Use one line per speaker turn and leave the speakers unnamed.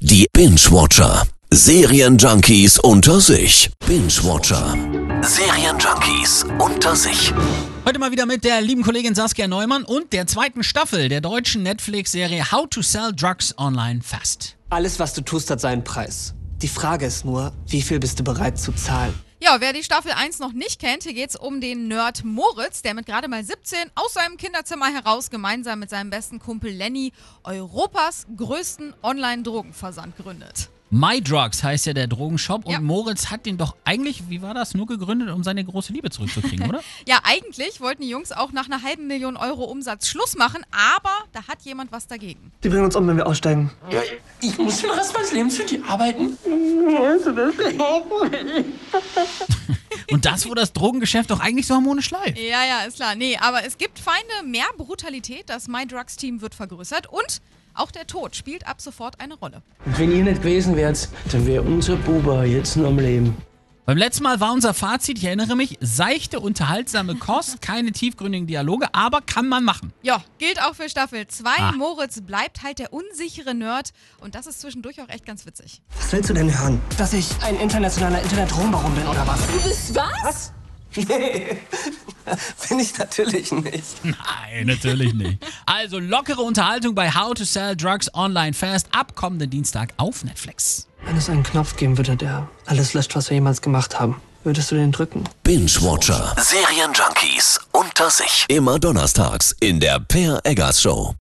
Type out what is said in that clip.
Die Binge-Watcher. Serienjunkies unter sich. Binge-Watcher. Serienjunkies unter sich.
Heute mal wieder mit der lieben Kollegin Saskia Neumann und der zweiten Staffel der deutschen Netflix-Serie How to Sell Drugs Online Fast.
Alles, was du tust, hat seinen Preis. Die Frage ist nur, wie viel bist du bereit zu zahlen?
Ja, wer die Staffel 1 noch nicht kennt, hier geht's um den Nerd Moritz, der mit gerade mal 17 aus seinem Kinderzimmer heraus gemeinsam mit seinem besten Kumpel Lenny Europas größten Online-Drogenversand gründet.
My Drugs heißt ja der Drogenshop
Ja.
und Moritz hat den doch eigentlich, wie war das, nur gegründet, um seine große Liebe zurückzukriegen, oder?
Ja, eigentlich wollten die Jungs auch nach einer halben Million Euro Umsatz Schluss machen, aber da hat jemand was dagegen.
Die bringen uns um, wenn wir aussteigen.
Ich muss den Rest meines Lebens für die arbeiten.
Und das, wo das Drogengeschäft doch eigentlich so harmonisch läuft.
Ja, ja, ist klar. Nee, aber es gibt Feinde, mehr Brutalität, das My Drugs Team wird vergrößert und auch der Tod spielt ab sofort eine Rolle.
Wenn ihr nicht gewesen wärt, dann wäre unser Buba jetzt noch am Leben.
Beim letzten Mal war unser Fazit, ich erinnere mich, seichte, unterhaltsame Kost, keine tiefgründigen Dialoge, aber kann man machen.
Ja, gilt auch für Staffel 2.
Ah.
Moritz bleibt halt der unsichere Nerd und das ist zwischendurch auch echt ganz witzig.
Was willst du denn hören? Dass ich ein internationaler Internet-Rumbaron bin oder was? Du bist was? Was? Nee, bin ich natürlich nicht.
Nein, natürlich nicht. Also lockere Unterhaltung bei How to Sell Drugs Online Fast ab kommenden Dienstag auf Netflix.
Wenn es einen Knopf geben würde, der alles löscht, was wir jemals gemacht haben, würdest du den drücken?
Binge-Watcher. Serienjunkies unter sich. Immer donnerstags in der Per Eggers Show.